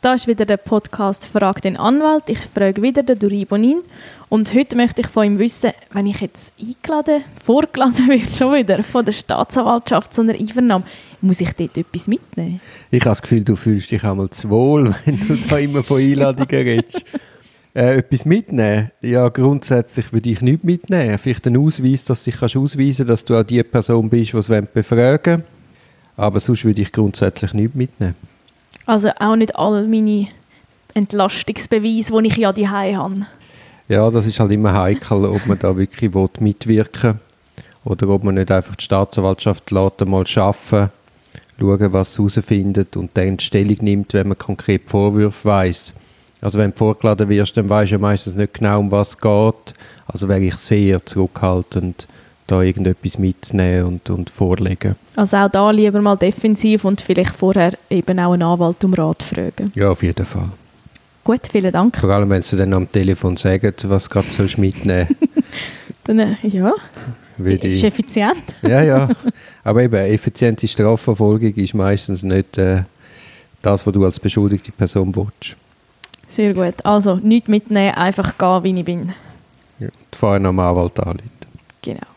Da ist wieder der Podcast «Frag den Anwalt». Ich frage wieder den Duri Bonin. Und heute möchte ich von ihm wissen, wenn ich jetzt eingeladen, vorgeladen werde, schon wieder von der Staatsanwaltschaft zu einer Einvernahme, muss ich dort etwas mitnehmen? Ich habe das Gefühl, du fühlst dich einmal zu wohl, wenn du da immer von Einladungen redest. Äh, etwas mitnehmen? Ja, grundsätzlich würde ich nichts mitnehmen. Vielleicht einen Ausweis, dass du dich kannst ausweisen kannst, dass du auch die Person bist, die es befragen wollen. Aber sonst würde ich grundsätzlich nichts mitnehmen. Also auch nicht all meine Entlastungsbeweise, die ich ja die habe. Ja, das ist halt immer heikel, ob man da wirklich will, mitwirken will oder ob man nicht einfach die Staatsanwaltschaft lässt, mal arbeiten, schauen, was sie herausfindet und dann Stellung nimmt, wenn man konkret Vorwürfe weiss. Also wenn du vorgeladen wirst, dann weisst du ja meistens nicht genau, um was es geht. Also wäre ich sehr zurückhaltend, da irgendetwas mitzunehmen und, und vorlegen. Also auch da lieber mal defensiv und vielleicht vorher eben auch einen Anwalt um Rat fragen. Ja, auf jeden Fall. Gut, vielen Dank. Vor allem, wenn sie dann am Telefon sagen, was du gerade sollst mitnehmen Dann, äh, ja, würde ist ich- effizient. Ja, ja. Aber eben, effiziente Strafverfolgung ist meistens nicht äh, das, was du als beschuldigte Person willst. Sehr gut. Also, nichts mitnehmen, einfach gehen, wie ich bin. Ja. Die fahren am Anwalt anrufen. Genau.